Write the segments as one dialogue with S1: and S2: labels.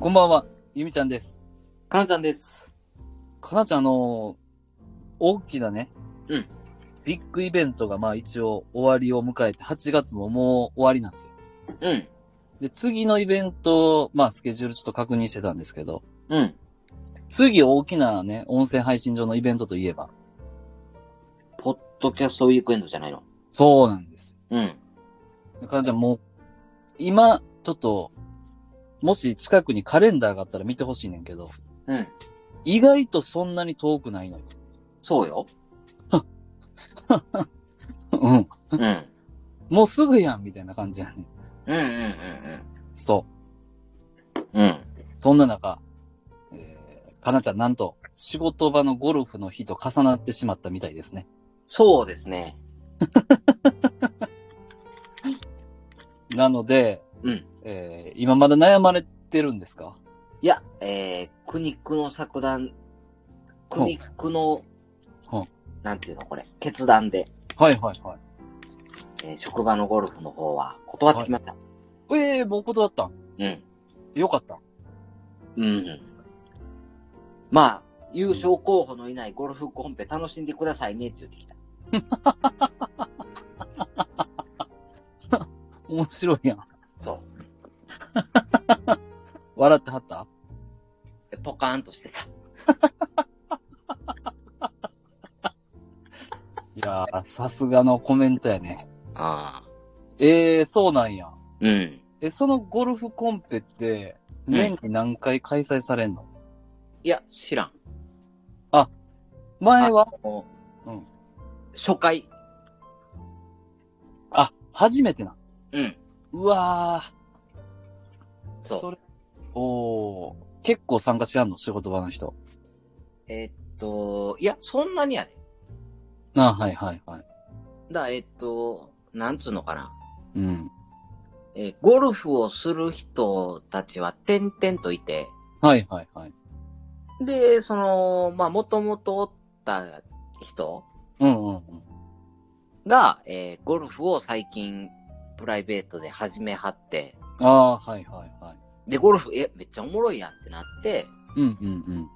S1: こんばんは、ゆみちゃんです。
S2: かなちゃんです。
S1: かなちゃん、あのー大きなね、
S2: うん
S1: ビッグイベントが、まあ一応終わりを迎えて、8月ももう終わりなんですよ。
S2: うん。
S1: で、次のイベント、まあスケジュールちょっと確認してたんですけど、
S2: うん。
S1: 次大きなね、音声配信上のイベントといえば、
S2: ポッドキャストウィークエンドじゃないの。
S1: そうなんです。
S2: うん。
S1: でかなちゃん、もう、今、ちょっと、もし近くにカレンダーがあったら見てほしいねんけど、
S2: うん。
S1: 意外とそんなに遠くないのよ。
S2: そうよ。
S1: うん。
S2: うん。うん
S1: もうすぐやん、みたいな感じやねん。
S2: うん
S1: そう。
S2: うんうん。うん。
S1: そんな中、えー、かなちゃんなんと仕事場のゴルフの日と重なってしまったみたいですね。
S2: そうですね。
S1: なので、
S2: うん
S1: えー今まだ悩まれてるんですか
S2: いや、えー、苦肉の策断、苦肉の
S1: ほう、
S2: なんていうのこれ、決断で、
S1: はいはいは
S2: えー職場のゴルフの方は断ってきました。
S1: い。ええー、もう断ったん
S2: うん。
S1: よかったん。
S2: うん。まあ、優勝候補のいないゴルフコンペ楽しんでくださいねって言ってきた。
S1: 面白いやん。
S2: そう。
S1: 笑ってはった
S2: でポカーンとしてさ。
S1: いやー、さすがのコメントやね。
S2: ああ。
S1: ええー、そうなんや。
S2: うん。
S1: え、そのゴルフコンペって、年に何回開催されんの、
S2: いや、知らん。
S1: 前は、
S2: もう、
S1: うん
S2: 初回。
S1: あ、初めてな。
S2: うん。
S1: うわー。
S2: そう
S1: れおー。結構参加しはんの仕事場の人。
S2: えーっと、いや、そんなにやね。
S1: あはいはいはい。
S2: だ、えーっと、なんつうのかな。
S1: うん。
S2: えーゴルフをする人たちは点々といて、
S1: はいはいはい。
S2: で、その、まあ、もともとおった人
S1: うんうんうん。
S2: が、えーゴルフを最近、プライベートで始めはって、
S1: ああー、はいはいはい。
S2: で、ゴルフ、え、めっちゃおもろいやんってなって、
S1: うん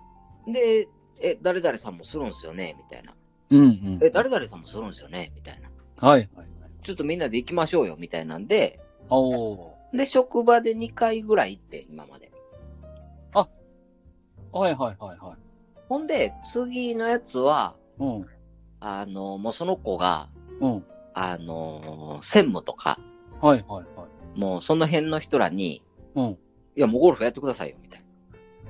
S1: うん
S2: で、え、誰々さんもするんすよねみたいな。
S1: うん。うんうん。
S2: え、誰々さんもするんすよねみたいな。
S1: はいはいはい。
S2: ちょっとみんなで行きましょうよ、みたいなんで、
S1: おー。
S2: で、職場で2回ぐらい行って、今まで。
S1: はいはいはいはい。
S2: ほんで、次のやつは、
S1: うん。
S2: あの、もうその子が、
S1: うん。
S2: あの、専務とか、
S1: はいはいはい。
S2: もうその辺の人らに、
S1: うん。
S2: いや、もうゴルフやってくださいよ、みたい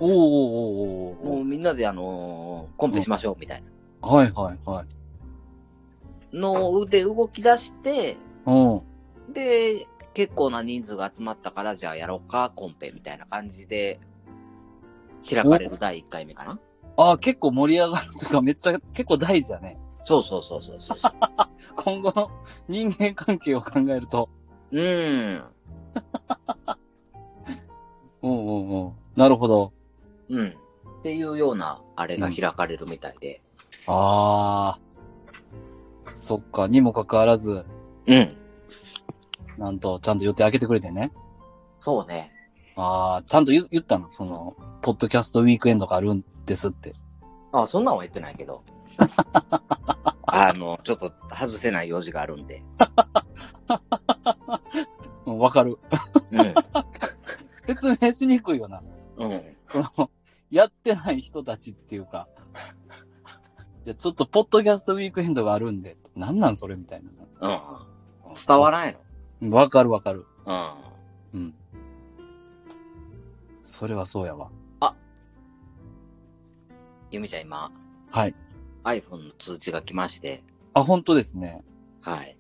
S1: おーおーおー
S2: な。も
S1: おー
S2: うみんなで、あの、コンペしましょう、みたい
S1: おー。はいはいはい。
S2: な。ので動き出して、
S1: うん。
S2: で、結構な人数が集まったから、じゃあやろうか、コンペ、みたいな感じで、開かれる第1回目かな。
S1: ああ、結構盛り上がるとかめっちゃ結構大事やね。
S2: そうそうそうそうそうそう。
S1: 今後の人間関係を考えると。
S2: うん。
S1: うんうんうん。なるほど。
S2: うん。っていうような、あれが開かれるみたいで。
S1: ああ。そっか、にもかかわらず、
S2: うん。
S1: なんと、ちゃんと予定開けてくれてね。
S2: そうね。
S1: ああ、ちゃんと言言ったのその、ポッドキャストウィークエンドがあるんですって。
S2: あ、そんなんは言ってないけ ど。あの、ちょっと外せない用事があるんで。
S1: うん、わかる。
S2: うん。
S1: 説明しにくいよな。
S2: うん。
S1: この、やってない人たちっていうか。いや、ちょっと、ポッドキャストウィークエンドがあるんで、なんなんそれみたいな。
S2: うん。伝わらない
S1: うんわかるわかる。
S2: の。うん。
S1: うん。それはそうやわ。
S2: ゆみちゃん今、
S1: はい。
S2: iPhone の通知が来まして。
S1: あ、本当ですね。
S2: はい。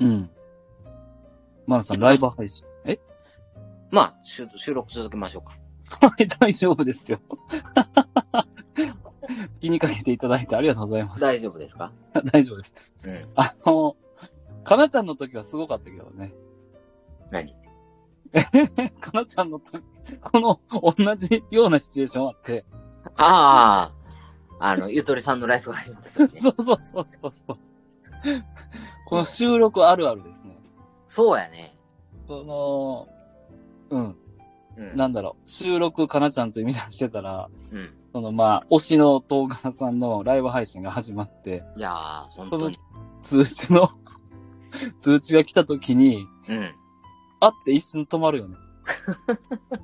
S1: うん。マナさん、ライブ配信。え
S2: まあ、収収録続けましょうか。
S1: はい、大丈夫ですよ。 気にかけていただいてありがとうございます。
S2: 大丈夫ですか
S1: 大丈夫です。
S2: うん。
S1: あの、かなちゃんの時はすごかったけどね。
S2: 何
S1: かなちゃんの時、この同じようなシチュエーションあって。
S2: ああ、あの、ゆとりさんのライフが始まった時
S1: そ
S2: ね。
S1: うそうそうそうそう。この収録あるあるですね。
S2: そうやね。
S1: その、うん。
S2: うん。
S1: なんだろう、収録かなちゃんとみたいにしてたら、
S2: うん。
S1: そのまあ、推しの東川さんのライブ配信が始まって、
S2: いやー、本当に。
S1: 通知の、通知が来た時に、
S2: うん。
S1: あって一瞬止まるよ ね。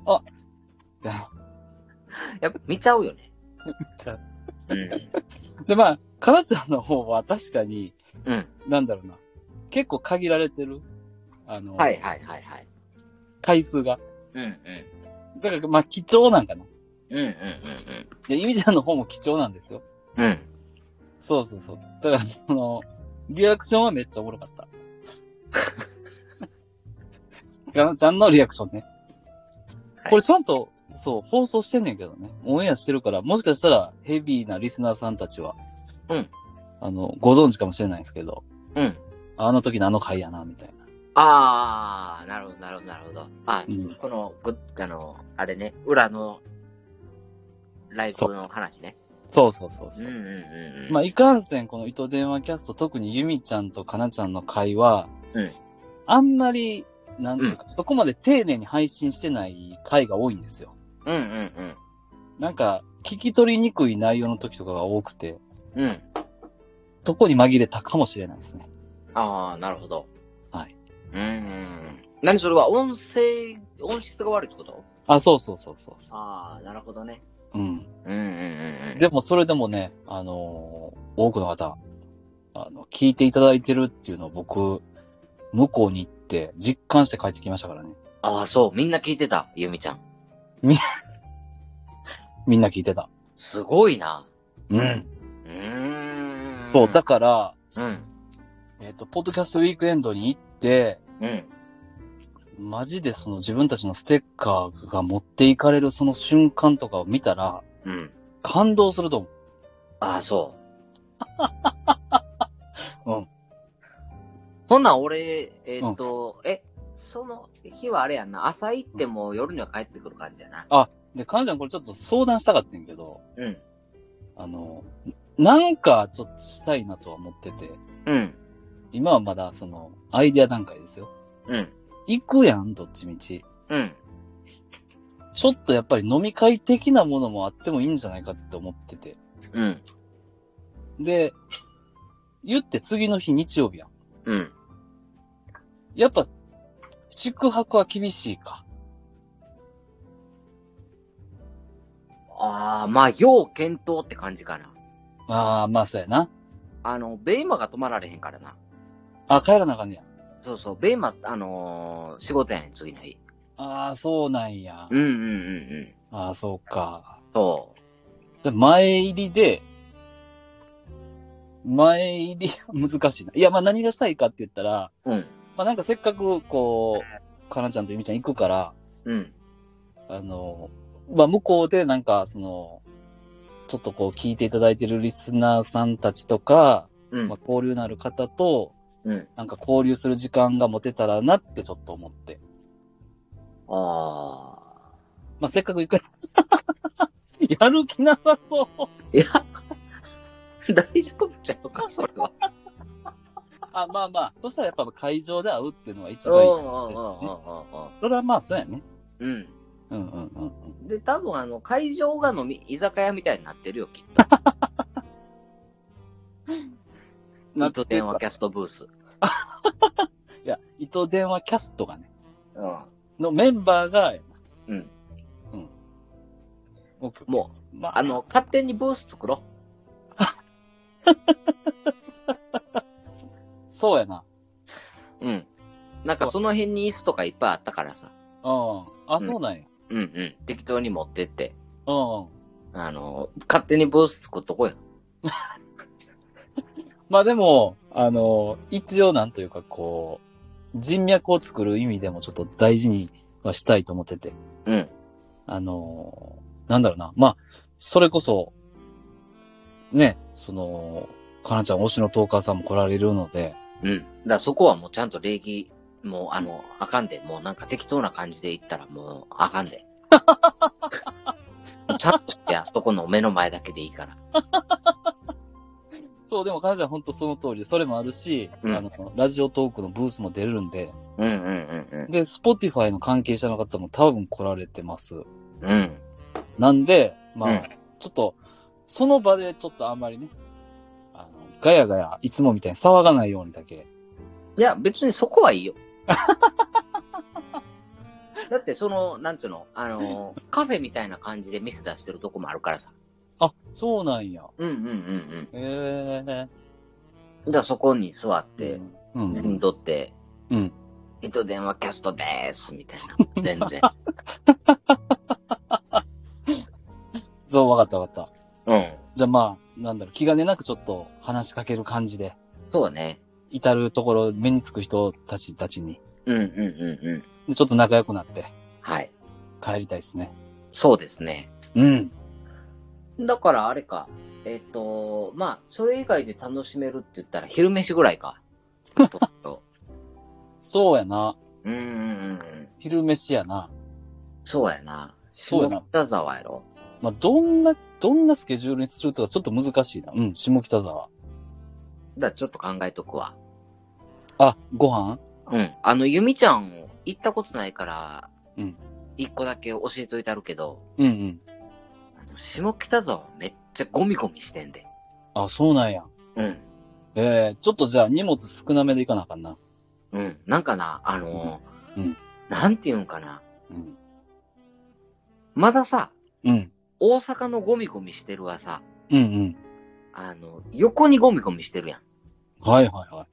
S1: あで
S2: やっぱ見ちゃうよね。
S1: ちゃう
S2: うん。
S1: で、まあ、かなちゃんの方は確かに、
S2: うん。
S1: なんだろうな、結構限られてる。あの、
S2: はいはいはいはい。
S1: 回数が。
S2: うんうん。
S1: だから、まあ、貴重なんかな。
S2: うんうん
S1: で、ゆみちゃんの方も貴重なんですよ。
S2: うんうん。うん。
S1: そうそうそう。だから、その、リアクションはめっちゃおもろか った。ガナちゃんのリアクションね。
S2: はい
S1: これちゃんと、そう、放送してんねんけどね。オンエアしてるから、もしかしたらヘビーなリスナーさんたちは、
S2: うん。
S1: あの、ご存知かもしれないですけど、
S2: うん。
S1: あの時のあの回やな、みたいな。
S2: あー、なるほどなるほどなるほど。あ、
S1: うん
S2: この、ぐ、あの、あれね、裏の、ライブの話ね。
S1: そうそうそう
S2: う
S1: そ
S2: ん
S1: う。
S2: うんうんうん。
S1: まあ、いかんせん、この糸電話キャスト、特にユミちゃんとかなちゃんの会は、
S2: うん
S1: あんまり、なんていうか、そこまで丁寧に配信してない回が多いんですよ。
S2: うんうん
S1: なんか、聞き取りにくい内容の時とかが多くて、
S2: うん。うん。
S1: そこに紛れたかもしれないですね。
S2: あー、なるほど。
S1: はい。
S2: うんうん。何それは音声、音質が悪いってこと
S1: あ、そうそうそうそうそ
S2: あー、なるほどね。
S1: う。うん。
S2: うんうんうんうん。
S1: でも、それでもね、あのー多くの方、あの、聞いていただいてるっていうのを僕、向こうに行って、実感して帰ってきましたからね。
S2: ああ、そう、みんな聞いてた、ゆみちゃん。
S1: みんな聞いてた。
S2: すごいな。
S1: うん。
S2: うーん。
S1: そう、だから、
S2: うん。
S1: えっ、と、ポッドキャストウィークエンドに行って、
S2: うん。
S1: マジでその自分たちのステッカーが持っていかれるその瞬間とかを見たら、
S2: うん。
S1: 感動すると思。
S2: ああ、そう
S1: うん。
S2: ほんなん俺、えーっと、え、その日はあれやんな、朝行っても夜には帰ってくる感じやな。
S1: う。で、かなちゃんこれちょっと相談したかったんやけど、
S2: うん。
S1: あの、なんかちょっとしたいなとは思ってて、
S2: うん。
S1: 今はまだその、アイディア段階ですよ。
S2: うん。
S1: 行くやん、どっちみち。
S2: うん。
S1: ちょっとやっぱり飲み会的なものもあってもいいんじゃないかって思ってて。
S2: うん。
S1: で、言って次の日日曜日やん。
S2: うん。
S1: やっぱ、宿泊は厳しいか。
S2: ああ、まあ、要検討って感じかな。
S1: ああ、まあそうやな。
S2: あの、ベイマが止まられへんからな。
S1: あ、帰らなあかんねや。
S2: そうそう、ベイマ、あのー仕事やねん、次の日。
S1: ああ、そうなんや。
S2: うんうんうんうん。
S1: ああ、そうか。
S2: そう。
S1: で前入りで、前入り、 難しいな。いや、まあ何がしたいかって言ったら、
S2: うん。
S1: まあなんかせっかく、こう、かなちゃんとゆみちゃん行くから、
S2: うん。
S1: あの、まあ向こうでなんか、その、ちょっとこう聞いていただいてるリスナーさんたちとか、
S2: うん
S1: まあ。交流のある方と、
S2: うん。
S1: なんか交流する時間が持てたらなってちょっと思って。
S2: あ
S1: まあ、せっかく行 くから。やる気なさそう。
S2: あ。いや、大丈夫ちゃうか、それは。
S1: あ、まあまあ、そしたらやっぱ会場で会うっていうのは一
S2: うんう
S1: 番いい。
S2: ん
S1: それはまあ、そうやね。
S2: うんうんう
S1: うんう
S2: ん。
S1: んうんうん。
S2: うん。で、多分あの、会場が飲み、居酒屋みたいになってるよ、きっ と。
S1: な
S2: ネット電話キャストブース。
S1: いや、糸電話キャストがね、
S2: うん。
S1: のメンバーが、
S2: うん。
S1: うん。オッケー
S2: もう、
S1: ま
S2: あの、、勝手にブース作ろ
S1: そうやな。
S2: う。うん。なんか
S1: そう
S2: その辺に椅子とかいっぱいあったからさ。
S1: うん。あ、
S2: ん
S1: そうなんや。
S2: うんうん。適当に持ってって。
S1: うん。
S2: あの、勝手にブース作っとこうよ。
S1: まあでも、あの、一応なんというか、こう、人脈を作る意味でもちょっと大事にはしたいと思ってて。
S2: うん。
S1: あのーなんだろうな。まあ、それこそ、ね、その、かなちゃん、推しのトーカーさんも来られるので、
S2: うん。だからそこはもうちゃんと礼儀、もうあの、あかんで、もうなんか適当な感じで言ったらもうあかん で。ちゃんとして、あそこの目の前だけでいいから。
S1: そう、でも彼女は本当その通りで、それもあるし、
S2: うん
S1: あの、ラジオトークのブースも出れるんで、
S2: うんうんうん
S1: で、スポティファイの関係者の方も多分来られてます。
S2: うん。うん。
S1: なんで、まあ、
S2: うん
S1: ちょっと、その場でちょっとあんまりね、あの、ガヤガヤ、いつもみたいに騒がないようにだけ。
S2: いや、別にそこはいい よ。だって、その、なんつうの、あの、カフェみたいな感じで店出してるとこもあるからさ。
S1: あ、そうなんや。
S2: うんうんうんうん。
S1: ええ
S2: だからそこに座って、
S1: うん。
S2: 陣取って、
S1: うん。
S2: 糸電話キャストでーす、みたいな。全 然。
S1: そう、わかったわかった。
S2: うん。
S1: じゃあまあ、なんだろう、気兼ねなくちょっと話しかける感じで、
S2: そうね。
S1: 至るところ、目につく人たちたちに、
S2: うんうんうんうん。
S1: でちょっと仲良くなって
S2: はい。
S1: 帰りたいですね。
S2: そうですね。
S1: うん。
S2: だからあれか。えっ、と、まあ、それ以外で楽しめるって言ったら昼飯ぐらいか。東京
S1: そうやな。
S2: うんうんうんうん。
S1: 昼飯やな。
S2: そうやな。
S1: そうやな
S2: 下北沢やろ。
S1: まあ、どんな、どんなスケジュールにするとかちょっと難しいな。うん、下北沢。
S2: だからちょっと考えとくわ。
S1: あ、ご飯
S2: うん。あの、ゆみちゃん、行ったことないから、
S1: うん。
S2: 一個だけ教えといたるけど、
S1: うんうん。
S2: あの下北沢めっちゃゴミゴミしてんで。
S1: あ、そうなんや。
S2: うん。
S1: ええちょっとじゃあ荷物少なめで行かなあかんな。
S2: うん。なんかな、あのー
S1: うん
S2: なんていうんかな。
S1: うん。
S2: まださ、
S1: うん。
S2: 大阪のゴミゴミしてるはさ、
S1: うんうん。
S2: あの、横にゴミゴミしてるやん。
S1: はいはいはい。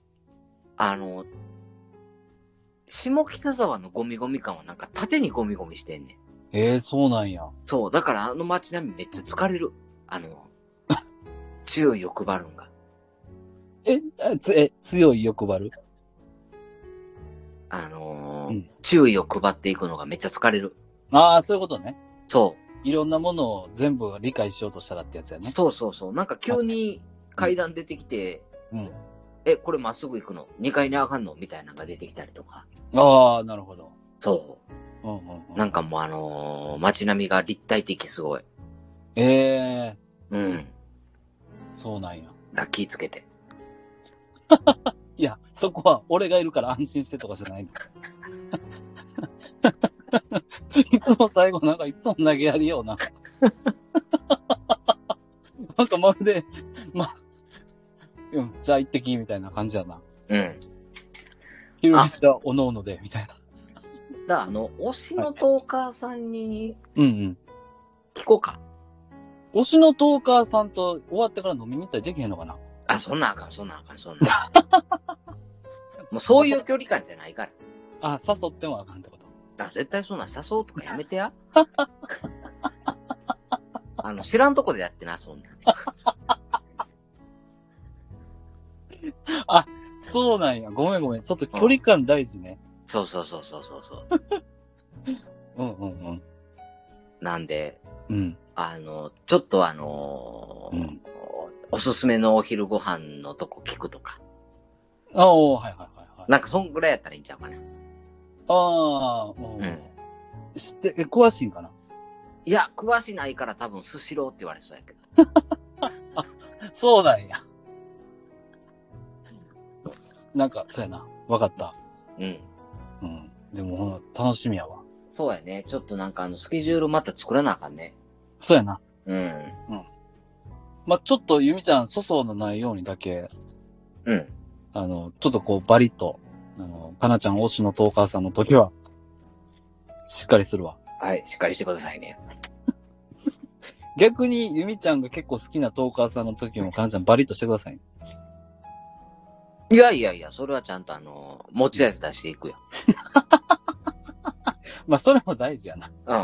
S2: あの、下北沢のゴミゴミ感はなんか縦にゴミゴミしてんねん。
S1: ええそうなんや。
S2: そう、だからあの街並みめっちゃ疲れる。あ の、強い欲張るんが。
S1: え、えつえ、強い欲張る
S2: あのー
S1: うん
S2: 注意を配っていくのがめっちゃ疲れる。
S1: ああ、そういうことね。
S2: そ
S1: いろんなものを全部理解しようとしたらってやつや
S2: う、
S1: ね。
S2: そうそうそう。なんか急に階段出てきて、
S1: うん。
S2: え、これまっすぐ行くの ?2 階に上がんのみたいなのが出てきたりとか。
S1: ああ、なるほど。
S2: そ
S1: うんうん
S2: う。
S1: う。
S2: なんんかもうあのー街並みが立体的すごい。
S1: ええ
S2: うん。
S1: そうなんや。
S2: だ気ぃつけて。
S1: いや、そこは俺がいるから安心してとかじゃないの。 いつも最後なんかいつも投げやりような。 なんかまるで、ま、うん、じゃあ行ってき、みたいな感じやな。
S2: うん。
S1: 昼飯はおのおので、みたいな。
S2: だからあの、推しのトーカーさんに
S1: うんうん。
S2: 聞こうか。
S1: 推しのトーカーさんと終わってから飲みに行ったりできへんのかな
S2: あ、そんなんあかん、そんなんあかん、そんなんあかん。 もうそういう距離感じゃないから。
S1: あ、誘ってもあかんってこと。
S2: だから絶対そんなん誘うとかやめてや。 あの、知らんとこでやってな、そんなん。
S1: そうなんや。ごめんごめん。ちょっと距離感大事ね。
S2: そうそうそうそうそうそう。
S1: うんうんうん。
S2: なんで、
S1: うん。
S2: あの、ちょっとあのー
S1: うん
S2: おすすめのお昼ご飯のとこ聞くとか。
S1: あおはいはいはいはい。
S2: なんかそんぐらいやったらいいんちゃうかな。
S1: ああ、うん。
S2: うん
S1: 知って、え詳しいんかない
S2: や、詳しないから多分スシローって言われそうやけど。
S1: そうなんや。なんか、そうやな。わかった。
S2: うん。
S1: うん。でも、ほんま楽しみやわ。
S2: そうやね。ちょっとなんかあの、スケジュールまた作らなあかんね。
S1: そうやな。
S2: うん。
S1: まあ、ちょっと、ゆみちゃん、粗相のないようにだけ、
S2: うん。
S1: あの、ちょっとこう、バリッと、あの、かなちゃん推しのトーカーさんの時は、しっかりするわ。
S2: はい、しっかりしてくださいね。
S1: 逆に、ゆみちゃんが結構好きなトーカーさんの時も、かなちゃんバリッとしてくださいね。
S2: いやいやいや、それはちゃんとあの、持ち味出していくよ。
S1: まあ、それも大事やな。
S2: うん。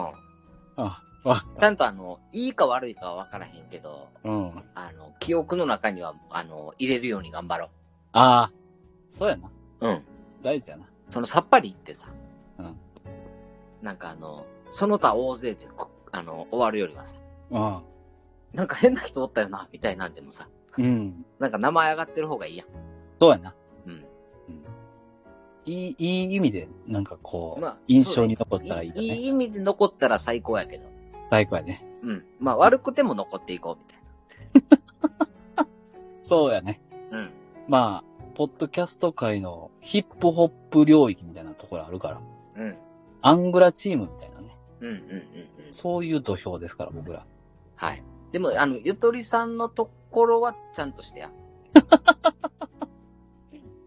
S1: あ、わかっ
S2: ちゃんとあの、いいか悪いかは分からへんけど、
S1: た。うん。
S2: あの、記憶の中には、あの、入れるように頑張ろ
S1: ああ、そうやな。
S2: う。うん。
S1: 大事やな。
S2: そのさっぱり言ってさ、
S1: うん。
S2: なんかあの、その他大勢でこ、あの、終わるよりはさ、
S1: うん。
S2: なんか変な人おったよな、みたいなんでもさ、
S1: うん。
S2: なんか名前上がってる方がいいやん。
S1: そうやな。
S2: うん。
S1: いい、いい意味で、なんかこう、
S2: まあ
S1: 印象に残ったらいいよ
S2: い
S1: ね。
S2: い意味で残ったら最高やけど。
S1: 最高やね。
S2: うん。まあ悪くても残っていこう、みたいな。
S1: そうやね。
S2: うん。
S1: まあ、ポッドキャスト界のヒップホップ領域みたいなところあるから、
S2: うん。
S1: アングラチームみたいなね。
S2: うんうんうんうん。
S1: そういう土俵ですから、僕ら。
S2: はい。でも、あの、ゆとりさんのところはちゃんとしてや。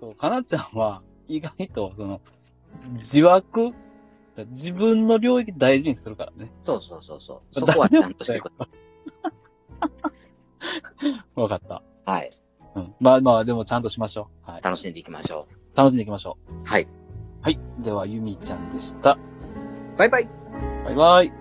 S1: そう、かなちゃんは、意外と、その、自枠、自分の領域大事にするからね。
S2: そうそうそうそう。そこはちゃんとし てくれ。
S1: わかった。
S2: はい。
S1: うん。まあまあ、でもちゃんとしましょう。はい。
S2: 楽しんでいきましょ
S1: 楽しんでいきましょ
S2: う。はい。
S1: う。はい。では、ゆみちゃんでした。
S2: バイバイ。
S1: バイバイ。